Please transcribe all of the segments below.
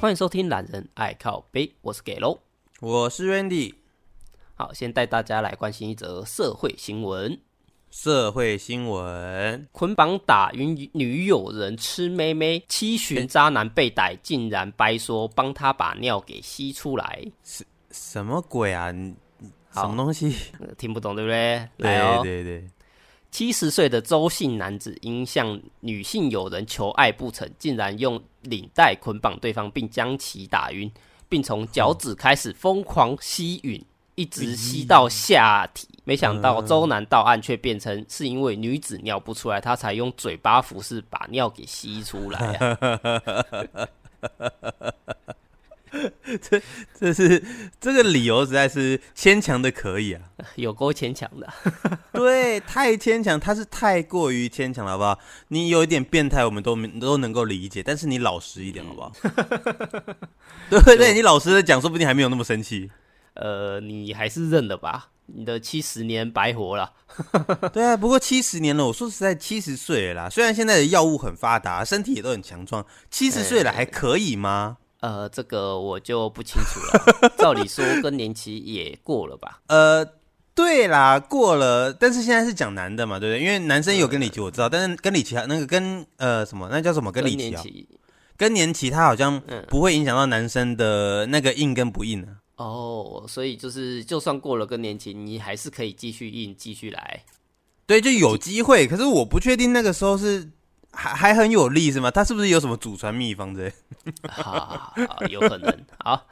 欢迎收听《懒人爱靠背》，我是给喽。我是 Randy。好，先带大家来关心一则社会新闻：社会新闻，捆绑打晕女友人吃妹妹，七旬渣男被逮，竟然掰说帮他把尿给吸出来，什么鬼啊？你好什么东西？呃听不懂对不对？ 来哦对，对对，七十岁的周姓男子因向女性友人求爱不成，竟然用领带捆绑对方，并将其打晕，并从脚趾开始疯狂吸吮，一直吸到下体。没想到周男到案却变成是因为女子尿不出来，他才用嘴巴服饰把尿给吸出来、啊。这是这个理由实在是牵强的可以啊。有够牵强的啊，对， 太牵强，他是太过于牵强了，好不好？你有一点变态，我们都明都能够理解，但是你老实一点，好不 好？对对对，你老实的讲，说不定还没有那么 生气。呃，你还是认了吧，你的七十年白活了。对啊，不过七十年了，我说实在，七十岁了啦。虽然现在的药物很发达，身体也都很强壮，七十岁了还可以吗？呃，这个我就不清楚了。照理说，更年期也过了吧？呃，对啦，过了，但是现在是讲男的嘛，对不对？因为男生有跟李琦，我知道，但是跟李琦啊那个跟呃什么，那叫什么跟李琦年啊，期更年期它好像嗯不会影响到男生的那个硬跟不硬啊。哦，所以就是就算过了更年期，你还是可以继续硬，继续来。对，就有机会，可是我不确定那个时候是还还很有力是吗？他是不是有什么祖传秘方之类？哈、有可能。好，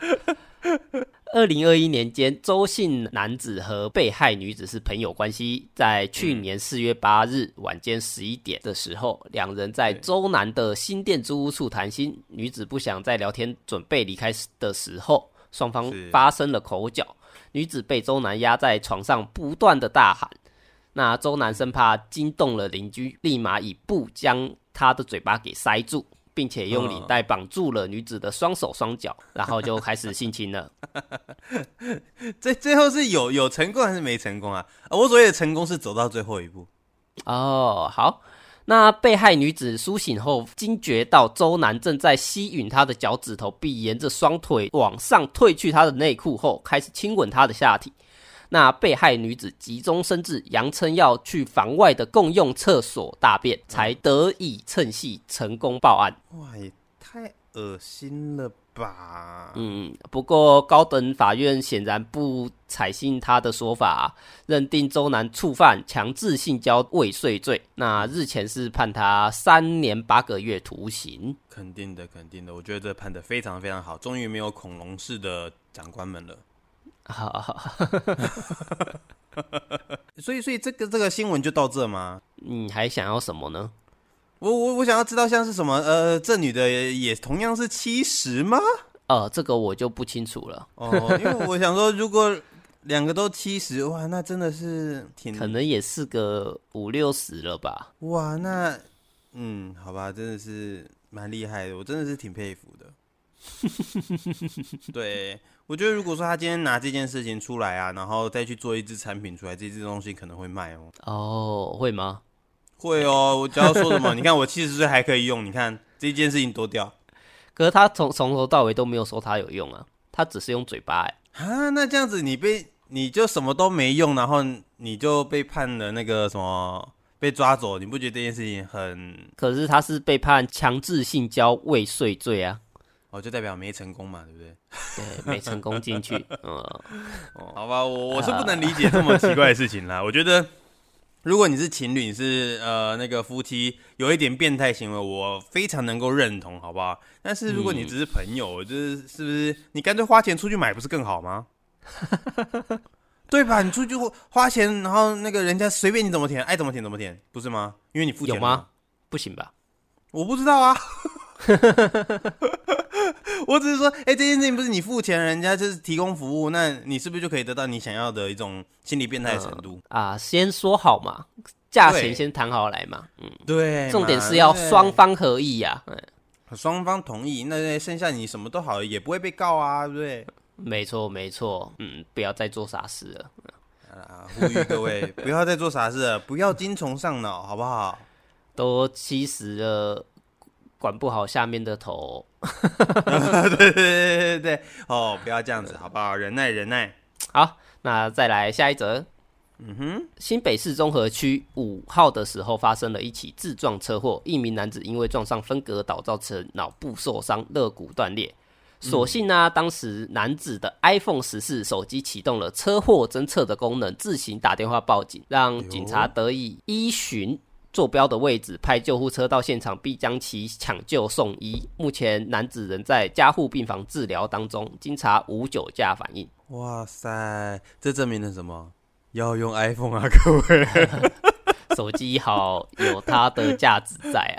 二零二一年间，周姓男子和被害女子是朋友关系。在去嗯年四月八日晚间十一点的时候，两人在周南的新店租屋处谈心。女子不想再聊天，准备离开的时候，双方是发生了口角。女子被周南压在床上，不断的大喊。那周南生怕惊动了邻居，立马以布将她的嘴巴给塞住，并且用领带绑住了女子的双手双脚，然后就开始性侵了。 最最后是有有成功还是没成功啊？啊我所谓的成功是走到最后一步。哦，好。那被害女子苏醒后，惊觉到周南正在吸吮她的脚趾头，并沿着双腿往上退去她的内裤后，开始亲吻她的下体。那被害女子急中生智，扬称要去房外的共用厕所大便，才得以趁隙成功报案。哇，也太恶心了吧！嗯，不过高等法院显然不采信他的说法啊、认定周南触犯强制性交未遂罪，那日前是判他三年八个月徒刑。 肯定的，肯定的，我觉得这判的非常非常好，终于没有恐龙式的长官们了。所以，所以这个这个新闻就到这吗？你还想要什么呢？我我我想要知道像是什么，呃，这女的也也同样是七十吗？呃，这个我就不清楚了，哦，因为我想说，如果两个都七十，哇，那真的是挺可能也是个五六十了吧。哇，那嗯，好吧，真的是蛮厉害的，我真的是挺佩服 的。对，我觉得如果说他今天拿这件事情出来啊，然后再去做一支产品出来，这支东西可能会卖哦。哦，会吗？会哦，我只要说什么， 你看我七十岁还可以用，你看这件事情多屌可是他从从头到尾都没有说他有用啊，他只是用嘴巴、欸。啊！那这样子你被你就什么都没用，然后你就被判了那个什么被抓走，你不觉得这件事情很可是他是被判强制性交未遂罪啊，哦，就代表没成功嘛，对不对？对，没成功进去。嗯，好吧，我我是不啊能理解这么奇怪的事 情啦。我觉得，如果你是情侣，你是呃那个夫妻，有一点变态行为，我非常能够认同，好不好？但是如果你只是朋嗯友，就是是不是你干脆花钱出去买不是更好吗？ 对吧？你出去花钱，然后那个人家随便你怎么填，爱怎么填怎么填，不是吗？因为你付钱有了吗？？不行吧？我不知道啊， 我只是说，哎、这件事情不是你付钱，人家就是提供服务，那你是不是就可以得到你想要的一种心理变态的程度？啊，先说好嘛，价钱对哎先谈好来嘛。嗯，对嘛，重点是要对双方合意呀、嗯，双方同意，那剩下你什么都好，也不会被告啊，对不对？没错没错。嗯，不要再做傻事了。啊，呼吁各位不要再做傻事了，不要精虫上脑，好不好？ 都七十了，管不好下面的头，对对对对对对，哦，不要这样子，好不好？忍耐忍耐。好，那再来下一则。嗯哼，新北市中和区五号的时候发生了一起自撞车祸，一名男子因为撞上分隔岛，造成脑部受伤、肋骨断裂。所幸呢、当时男子的 iPhone 十四手机启动了车祸侦测的功能，自行打电话报警，让警察得以依循坐标的位置派救护车到现场，并将其抢救送医。目前男子仍在加护病房治疗当中，经查无酒驾反应。哇塞，这证明了什么？要用 iPhone 啊，各位！手机好有它的价值在啊。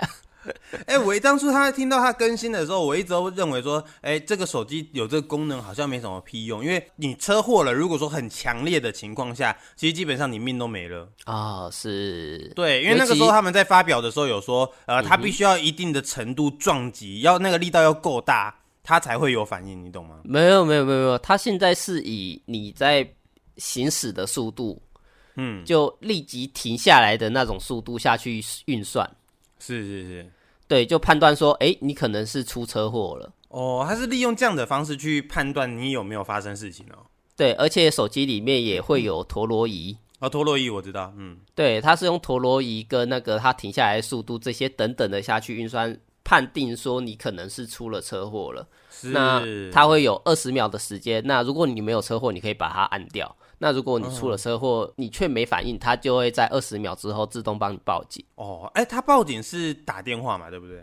哎、我当初他听到他更新的时候，我一直都认为说，哎、这个手机有这个功能好像没什么屁用，因为你车祸了，如果说很强烈的情况下，其实基本上你命都没了。 啊、是，对，因为那个时尤候其他们在发表的时候有说，呃，他必须要一定的程度撞击，要那个力道要够大，他才会有反应，你懂吗？没有没有没有没有，它现在是以你在行驶的速度，嗯，就立即停下来的那种速度下去运算，是是是。对，就判断说，诶，你可能是出车祸了。哦，他是利用这样的方式去判断你有没有发生事情哦。对，而且手机里面也会有陀螺仪，哦，陀螺仪我知道，嗯，对，它是用陀螺仪跟那个它停下来的速度这些等等的下去运算，判定说你可能是出了车祸了。是。那它会有二十秒的时间。那如果你没有车祸，你可以把它按掉。那如果你出了车祸，你却没反应，它就会在二十秒之后自动帮你报警。哦，哎、他报警是打电话嘛，对不对？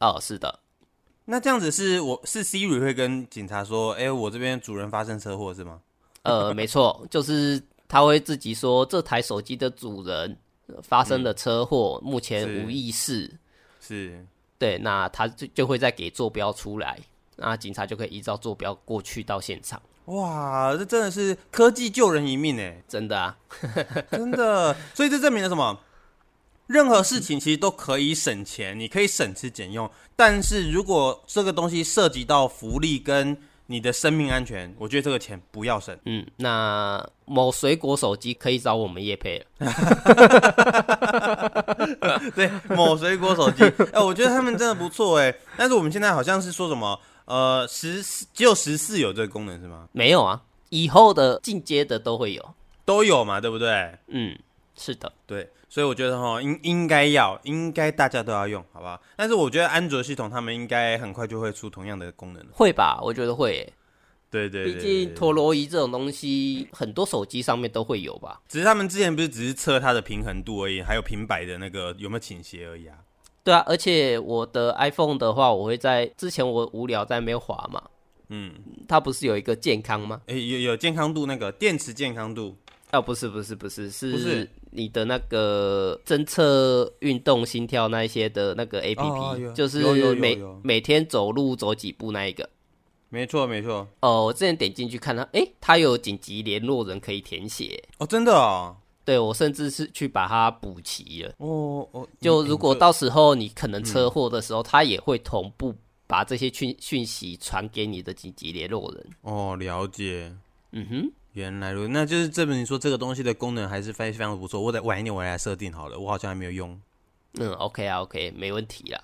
哦，是的，那这样子是我是 Siri 会跟警察说，哎、我这边主人发生车祸是吗？ 呃，没错，就是它会自己说这台手机的主人呃发生了车祸，目是前无意识。是，对，那它就就会再给坐标出来，那警察就可以依照坐标过去到现场。哇，这真的是科技救人一命哎，真的啊，真的。所以这证明了什么？任何事情其实都可以省钱，你可以省吃俭用，但是如果这个东西涉及到福利跟你的生命安全，我觉得这个钱不要省。嗯，那某水果手机可以找我们叶配了。对，某水果手机，哎、我觉得他们真的不错哎。但是我们现在好像是说什么，呃，十四只有十四有这个功能是吗？没有啊，以后的进阶的都会有。都有嘛，对不对？嗯，是的，对，所以我觉得哈，应应该要，应该大家都要用，好不好？但是我觉得安卓系统他们应该很快就会出同样的功能了。会吧？我觉得会耶，对对对毕对竟对陀螺仪这种东西，很多手机上面都会有吧？只是他们之前不是只是测它的平衡度而已，还有平摆的那个有没有倾斜而已啊。对啊，而且我的 iPhone 的话，我会在之前我无聊在那边滑嘛，嗯，它不是有一个健康吗？诶、有有健康度那个电池健康度，啊，不是，不是，不是，不是是你的那个侦测运动、心跳那一些的那个 A P 哦有 P，就有有有是每有每天走路走几步那一个。没错没错。哦，我之前点进去看它，诶，它有紧急联络人可以填写。哦，真的哦，对我甚至是去把它补齐了。哦 哦，就嗯如果到时候你可能车祸的时候，它也会同步把这些讯讯息传给你的紧急联络人。哦了解，嗯哼，原来如此，那就是证明说这个东西的功能还是非非常的不错。我得晚一点我来设定好了，我好像还没有用。嗯，OK 啊，OK，没问题啦。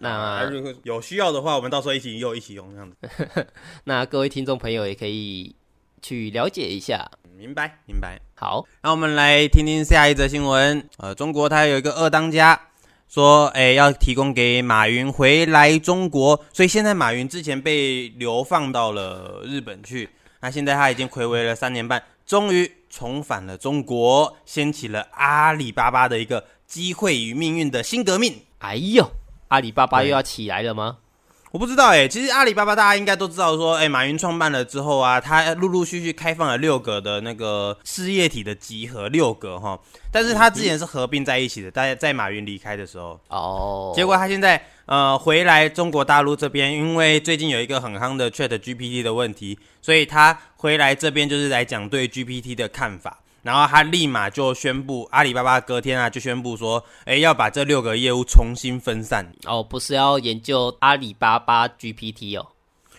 啊，那如果有需要的话，我们到时候一起又一起用这样子。那各位听众朋友也可以去了解一下。明白，明白。好，那我们来听听下一则新闻。呃，中国它有一个二当家说，哎、要提供给马云回来中国，所以现在马云之前被流放到了日本去，那现在他已经暌违了三年半，终于重返了中国，掀起了阿里巴巴的一个机会与命运的新革命。哎呦，阿里巴巴对又要起来了吗？我不知道哎、其实阿里巴巴大家应该都知道说，哎、马云创办了之后啊，他陆陆续续开放了六个的那个事业体的集合，六个哈，但是他之前是合并在一起的，在在马云离开的时候，哦，结果他现在呃回来中国大陆这边，因为最近有一个很夯的 Chat GPT 的问题，所以他回来这边就是来讲对 GPT 的看法。然后他立马就宣布，阿里巴巴隔天啊就宣布说，哎，要把这六个业务重新分散。哦，不是要研究阿里巴巴 GPT 哦。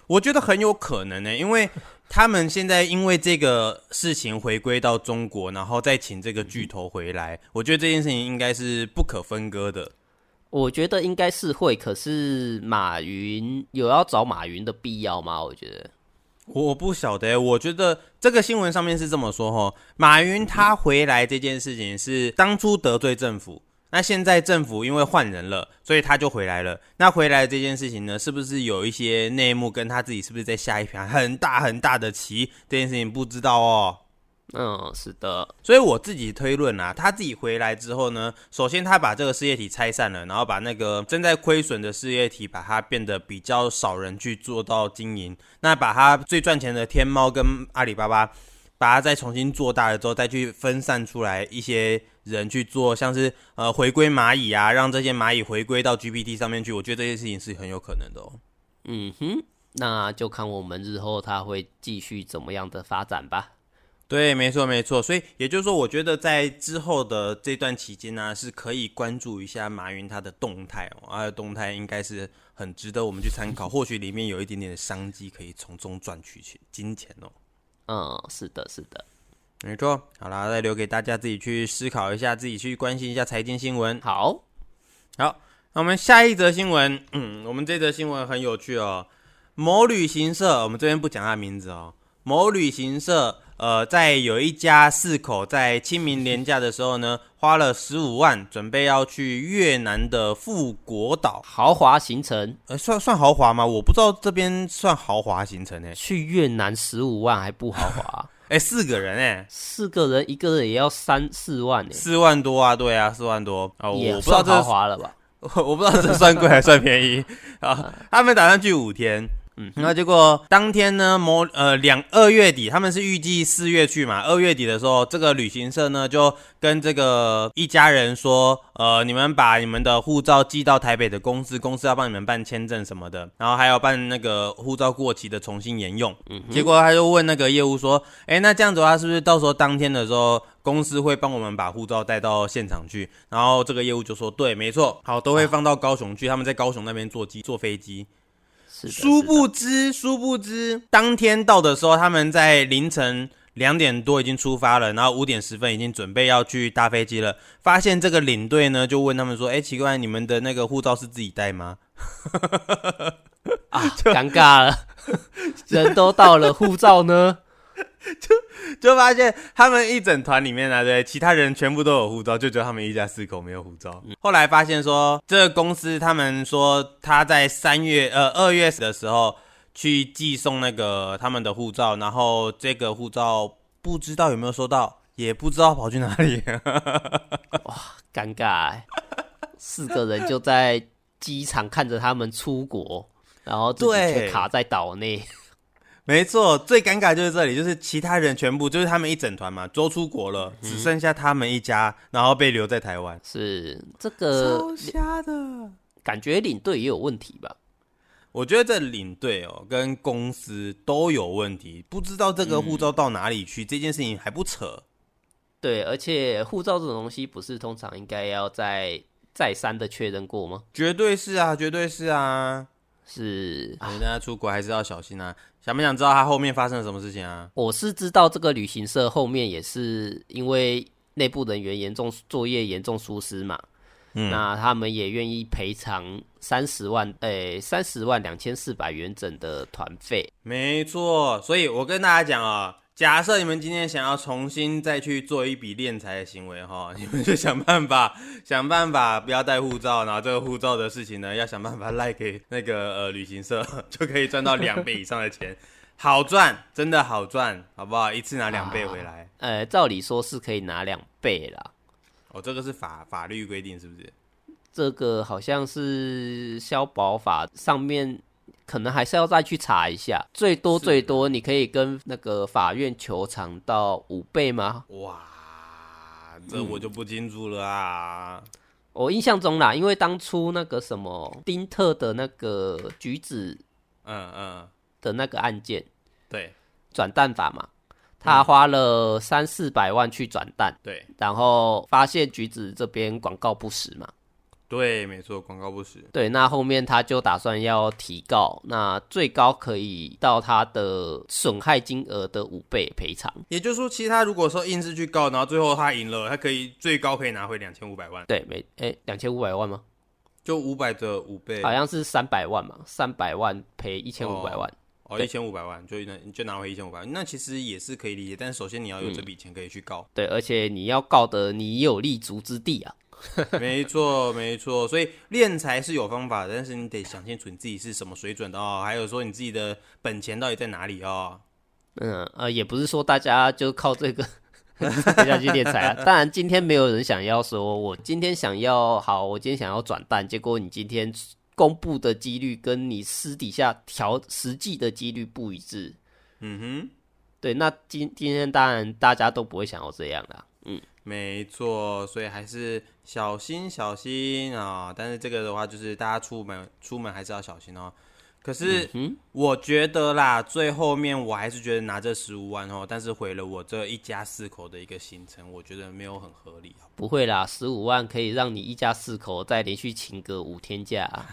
我觉得很有可能呢、因为他们现在因为这个事情回归到中国，然后再请这个巨头回来，我觉得这件事情应该是不可分割的。我觉得应该是会，可是马云有要找马云的必要吗？我觉得我不晓得欸、我觉得这个新闻上面是这么说哈，马云他回来这件事情是当初得罪政府，那现在政府因为换人了，所以他就回来了。那回来这件事情呢，是不是有一些内幕跟他自己是不是在下一盘很大很大的棋？这件事情不知道哦。嗯，是的，所以我自己推论啊，他自己回来之后呢，首先他把这个事业体拆散了，然后把那个正在亏损的事业体，把它变得比较少人去做到经营。那把它最赚钱的天猫跟阿里巴巴，把它再重新做大了之后，再去分散出来一些人去做，像是呃回归蚂蚁啊，让这些蚂蚁回归到 GPT 上面去。我觉得这些事情是很有可能的哦。嗯哼，那就看我们日后他会继续怎么样的发展吧。对，没错，没错。所以也就是说，我觉得在之后的这段期间呢、是可以关注一下马云他的动态哦，他的动态应该是很值得我们去参考，或许里面有一点点的商机，可以从中赚取钱金钱哦。嗯，是的，是的。没错，好啦，再留给大家自己去思考一下，自己去关心一下财经新闻。好，好，那我们下一则新闻，嗯，我们这则新闻很有趣哦。某旅行社，我们这边不讲它名字哦。某旅行社，呃，在有一家四口在清明连假的时候呢， 花了十五万，准备要去越南的富国岛。豪华行程呃，算算豪华吗？我不知道这边算豪华行程诶、去越南十五万还不豪华 啊、诶、四个人诶、四个人一个人也要三四万呢、四万多啊，对啊，四万多啊、我也不知道算这豪华了吧？ 我我不知道这算贵还算便 宜啊。他们打算去五天，嗯，然后结果当天呢，某呃两二月底，他们是预计四月去嘛，二月底的时候，这个旅行社呢就跟这个一家人说，呃，你们把你们的护照寄到台北的公司，公司要帮你们办签证什么的，然后还要办那个护照过期的重新沿用。嗯，结果他就问那个业务说，哎，那这样子的话，是不是到时候当天的时候，公司会帮我们把护照带到现场去？然后这个业务就说，对，没错，好，都会啊放到高雄去，他们在高雄那边坐机坐飞机。是的，殊是不知，殊不知，当天到的时候，他们在凌晨两点多已经出发了，然后五点十分已经准备要去搭飞机了。发现这个领队呢，就问他们说：“哎、奇怪，你们的那个护照是自己带吗的啊，尴尬了，人都到了，护照呢？？”就发现他们一整团里面啊，对，其他人全部都有护照，就只有他们一家四口没有护照。后来发现说，这个公司他们说他在三月呃二月的时候去寄送那个他们的护照，然后这个护照不知道有没有收到，也不知道跑去哪里。尴尬、欸，四个人就在机场看着他们出国，然后自己对却卡在岛内。 没错，最尴尬就是这里，就是其他人全部就是他们一整团嘛，都出国了，只剩下他们一家，然后被留在台湾。是这个瞎的。感觉领队也有问题吧？我觉得这领队哦跟公司都有问题，不知道这个护照到哪里去，这件事情还不扯。对，而且护照这种东西不是通常应该要再再三的确认过吗？绝对是啊，绝对是啊！是，人家出国还是要小心啊。想不想知道他后面发生了什么事情啊？我是知道这个旅行社后面也是因为内部人员严重作业严重疏失嘛，嗯那他们也愿意赔偿三十万，诶，三十万两千四百元整的团费。没错，所以我跟大家讲啊、假设你们今天想要重新再去做一笔敛财的行为哈， 你们就想办法， 想办法不要带护照，然后这个护照的事情呢，要想办法赖给那个呃旅行社， 就可以赚到两倍以上的钱，好赚，真的好赚，好不好？一次拿两倍回来，呃，照理说是可以拿两倍啦。哦，这个是法法律规定是不是？这个好像是消保法上面，可能还是要再去查一下。最多是最多，你可以跟那个法院求偿到五倍吗？哇，这我就不清楚了啊。我印象中啦，因为当初那个什么丁特的那个橘子嗯嗯，的那个案件对转蛋法嘛，他花了三四百万去转蛋，对然后发现橘子这边广告不实嘛，对，没错，广告不实。对，那后面他就打算要提告，那最高可以到他的损害金额的五倍赔偿。也就是说，其实他如果说硬是去告，然后最后他赢了，他可以最高可以拿回两千五百万。对，没，诶，两千五百万吗？就五百的五倍，好像是三百万嘛，三百万赔一千五百万。哦，一对千五百万就能就拿回一千五百万，那其实也是可以理解。但是首先你要嗯有这笔钱可以去告，对，而且你要告得你有立足之地啊。没错没错。所以敛财是有方法的，但是你得想清楚你自己是什么水准的哦，还有说你自己的本钱到底在哪里哦。嗯呃，也不是说大家就靠这个 大家去敛财啊。当然，今天没有人想要说我今天想要好，我今天想要转蛋，结果你今天公布的几率跟你私底下调实际的几率不一致。嗯对，那今今天当然大家都不会想要这样啦。哼，没错，所以还是小心小心啊、但是这个的话，就是大家出门出门还是要小心哦。可是我觉得啦，最后面我还是觉得拿这十五万哦，但是毁了我这一家四口的一个行程，我觉得没有很合理啊。不会啦，十五万可以让你一家四口再连续请个五天假、啊。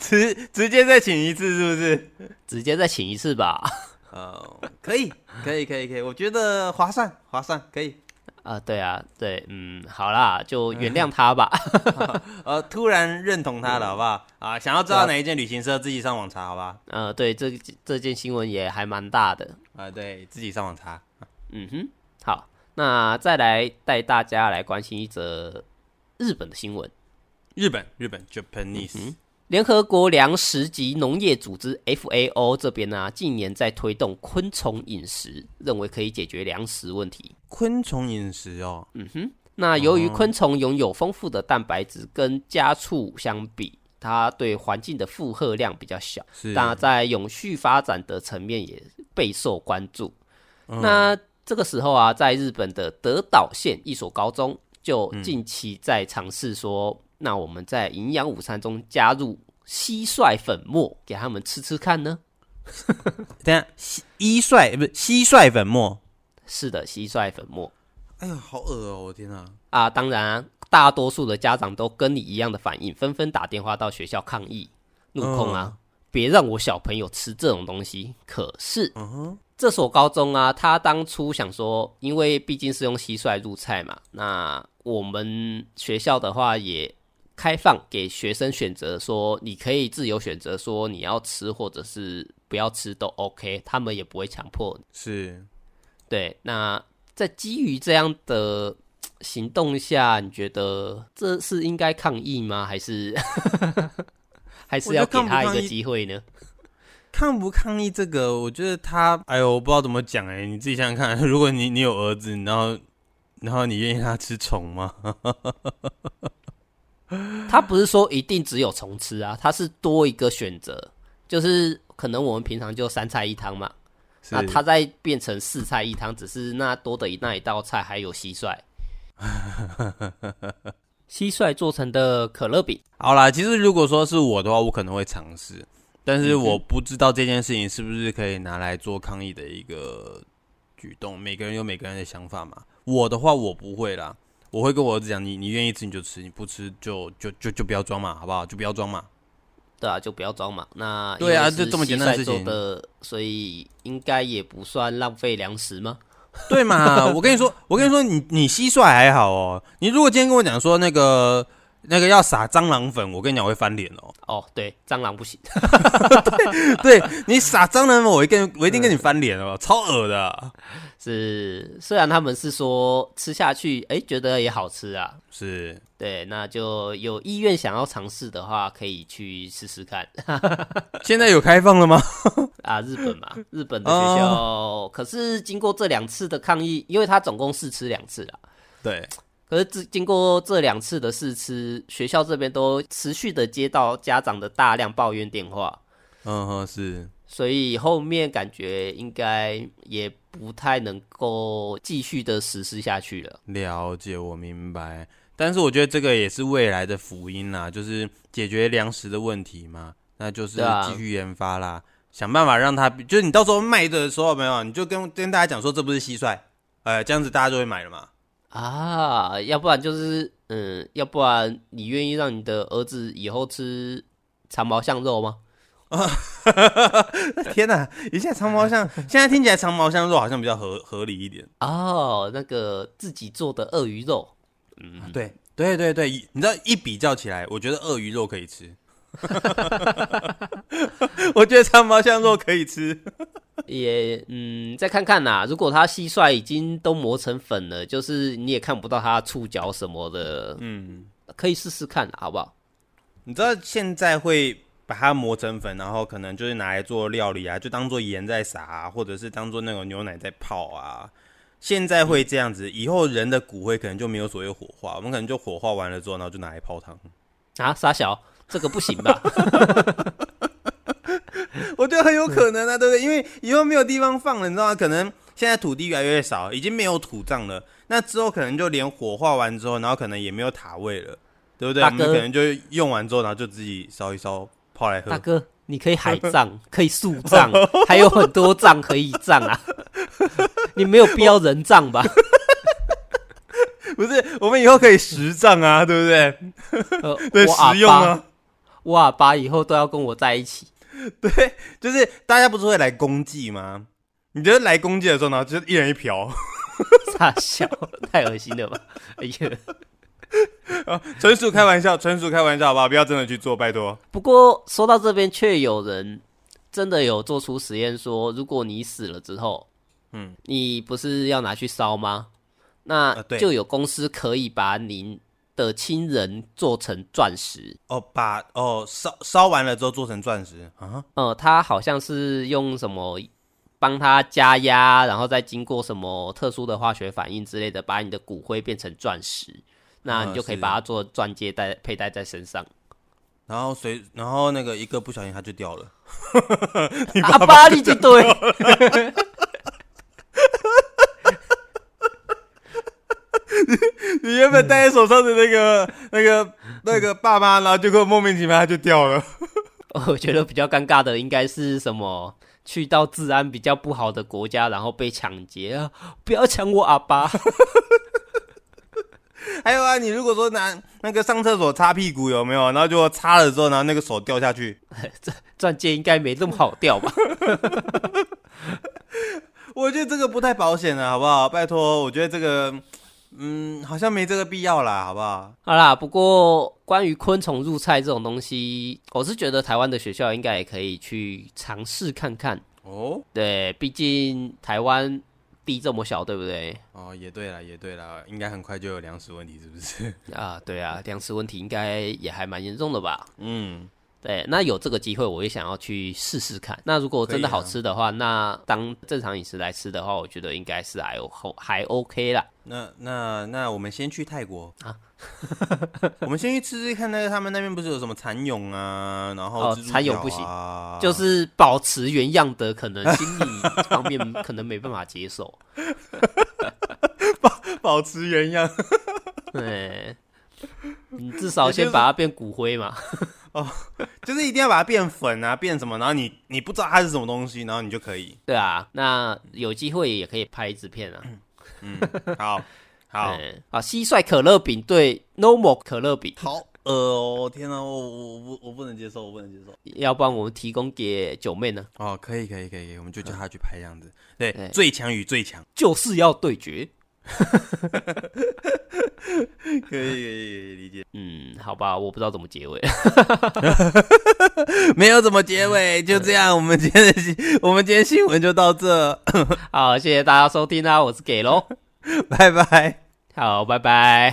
直 直接再请一次是不是？直接再请一次吧。 呃，可以，可以，可以，可以，我觉得划算，划算，可以。啊，对啊，对，嗯，好啦，就原谅他吧。 呃，突然认同他了，好不好？啊，想要知道哪一件旅行社，自己上网查，好吧？呃，对，这这件新闻也还蛮大的。啊，对自己上网查。嗯哼，好，那再来带大家来关心一则日本的新闻。日本，日本，Japanese，联合国粮食及农业组织 FAO 这边呢、近年在推动昆虫饮食，认为可以解决粮食问题。昆虫饮食哦，那由于昆虫拥有丰富的蛋白质，跟家畜相比，它对环境的负荷量比较小，是那在永续发展的层面也备受关注。那这个时候啊，在日本的德岛县一所高中，就近期在尝试说，那我们在营养午餐中加入蟋蟀粉末，给他们吃吃看呢。等一下，蟋蟋蟀不是蟋蟀粉末。是的，蟋蟀粉末哎呀，好恶哦！我天哪，啊，当然啊、大多数的家长都跟你一样的反应，纷纷打电话到学校抗议，怒控啊，别让我小朋友吃这种东西。可是，这所高中啊，他当初想说，因为毕竟是用蟋蟀入菜嘛，那我们学校的话也开放给学生选择，说你可以自由选择，说你要吃或者是不要吃都 OK，他们也不会强迫你是对，那在基于这样的嘖行动下，你觉得这是应该抗议吗？还是还是要给他一个机会呢？抗不抗议这个？我觉得他，哎呦，我不知道怎么讲哎，你自己想想看。 如果你你有儿子，然后然后你愿意让他吃虫吗？他不是说一定只有虫吃啊，他是多一个选择，就是可能我们平常就三菜一汤嘛，是那他再变成四菜一汤，只是那多的一那一道菜还有蟋蟀，蟋蟀做成的可乐饼。好啦，其实如果说是我的话，我可能会尝试，但是我不知道这件事情是不是可以拿来做抗议的一个举动。每个人有每个人的想法嘛。我的话，我不会啦，我会跟我儿子讲，你你愿意吃你就吃，你不吃就就就就不要装嘛，好不好？就不要装嘛。对啊，就不要装嘛。那对啊因为是就这么简单的蟋事蟀情做的，所以应该也不算浪费粮食吗？对嘛？我跟你说，我跟你说，你你蟋蟀还好哦。你如果今天跟我讲说那个那个要撒蟑螂粉，我跟你讲我会翻脸 哦。哦，对，蟑螂 不行。对你撒蟑螂粉，我一跟我一定跟你翻脸哦，超恶的啊、是，虽然他们是说吃下去，哎、觉得也好吃啊。是。对，那就有意愿想要尝试的话，可以去试试看 现在有开放了吗？啊。日本嘛，日本的学校，哦可是经过这两次的抗议，因为他总共试吃两次啦，对，可是自经过这两次的试吃，学校这边都持续的接到家长的大量抱怨电话，嗯哼，是所以后面感觉应该也不太能够继续的实施下去了。了解，我明白。但是我觉得这个也是未来的福音啦，就是解决粮食的问题嘛，那就是对啊继续研发啦，想办法让它，就是你到时候卖的时候有没有，你就跟跟大家讲说这不是蟋蟀，呃，这样子大家就会买了嘛。啊，要不然就是，嗯，要不然你愿意让你的儿子以后吃长毛象肉吗？天哪、一下长毛 象，现在听起来长毛象肉好像比较合合理一点。哦，那个自己做的鳄鱼肉，嗯，对，对对对，你知道一比较起来，我觉得鳄鱼肉可以吃， 我觉得长毛象肉可以吃。也嗯，再看看啦。如果它蟋蟀已经都磨成粉了，就是你也看不到它触角什么的，嗯，可以试试看，好不好？你知道现在会把它磨成粉，然后可能就是拿来做料理啊，就当做盐在撒、啊，或者是当做那种牛奶在泡啊。现在会这样子，以后人的骨灰可能就没有所谓火化，我们可能就火化完了之后，然后就拿来泡汤。啊，傻小，这个不行吧？ 我觉得很有可能啊，对不对？因为以后没有地方放了，你知道吗？可能现在土地越来越少，已经没有土葬了。那之后可能就连火化完之后，然后可能也没有塔位了，对不对？大我哥们可能就用完之后，然后就自己烧一烧，泡来大喝。哥，你可以海 葬，可以树葬，还有很多葬可以葬啊。 你没有必要人葬 吧？不是，我们以后可以实葬啊，对不 对？呃对，我阿实用爸，啊，我阿爸以后都要跟我在一起。 对，就是大家不是会来公祭吗？你觉得来公祭的时候，然后就一人一瓢， 傻笑，太恶心了吧？ 哎呀，纯属开玩笑，纯属开玩笑，好不好？不要真的去做，拜托。不过说到这边，却有人真的有做出实验说，如果你死了之后，嗯，你不是要拿去烧吗？那啊对就有公司可以把您的亲人做成钻石。哦，把哦烧烧完了之后做成钻石啊，呃，他好像是用什么帮他加压，然后再经过什么特殊的化学反应之类的，把你的骨灰变成钻石。那啊你就可以是把它做钻戒戴佩戴在身 上。然后随然后那个一个不小心他就掉 了，啊阿爸，你这对。你原本戴在手上的那个、那个那个爸妈，然后结果莫名其妙他就掉了。我觉得比较尴尬的应该是什么？去到治安比较不好的国家，然后被抢劫啊！不要抢我阿爸！还有啊，你如果说拿那个上厕所擦屁股有没有？然后就擦了之后，然后那个手掉下去，钻戒应该没那么好掉吧？我觉得这个不太保险啊了，好不好？拜托，我觉得这个嗯，好像没这个必要啦，好不好？好啦，不过关于昆虫入菜这种东西，我是觉得台湾的学校应该也可以去尝试看看。哦对，毕竟台湾地这么小，对不对？哦，也对了，也对了，应该很快就有粮食问题，是不是？啊，对啊，粮食问题应该也还蛮严重的吧？嗯，对，那有这个机会，我也想要去试试看。那如果真的好吃的话，那当正常饮食来吃的话，我觉得应该是还 O 还 OK 啦。那那那我们先去泰国啊， 我们先去吃吃看那个他们那边不是有什么蚕蛹啊，然后哦蜘蛛蚕蛹脚不行啊就是保持原样的，可能心理方面可能没办法接受。 保持原样。 对，你至少先把它变骨灰嘛。就是一定要把它变粉啊，变什么，然后你你不知道它是什么东西，然后你就可以，对啊，那有机会也可以拍制片啊。嗯，好，好，嗯啊，蟋蟀可乐饼对 normal 可乐饼，好，呃，我天哪，我我我不我不能接受，我不能接受。要不然我们提供给九妹呢，哦，可以，可以，可以，我们就叫他去拍这样子。对，对最强与最强， 就是要对决。可以，可以，可以理解。嗯，好吧，我不知道怎么结尾。 没有怎么结尾，就这样。我们今天的新，我们今天新闻就到这，啊好，谢谢大家收听啦、我是给喽，拜拜。好，拜拜。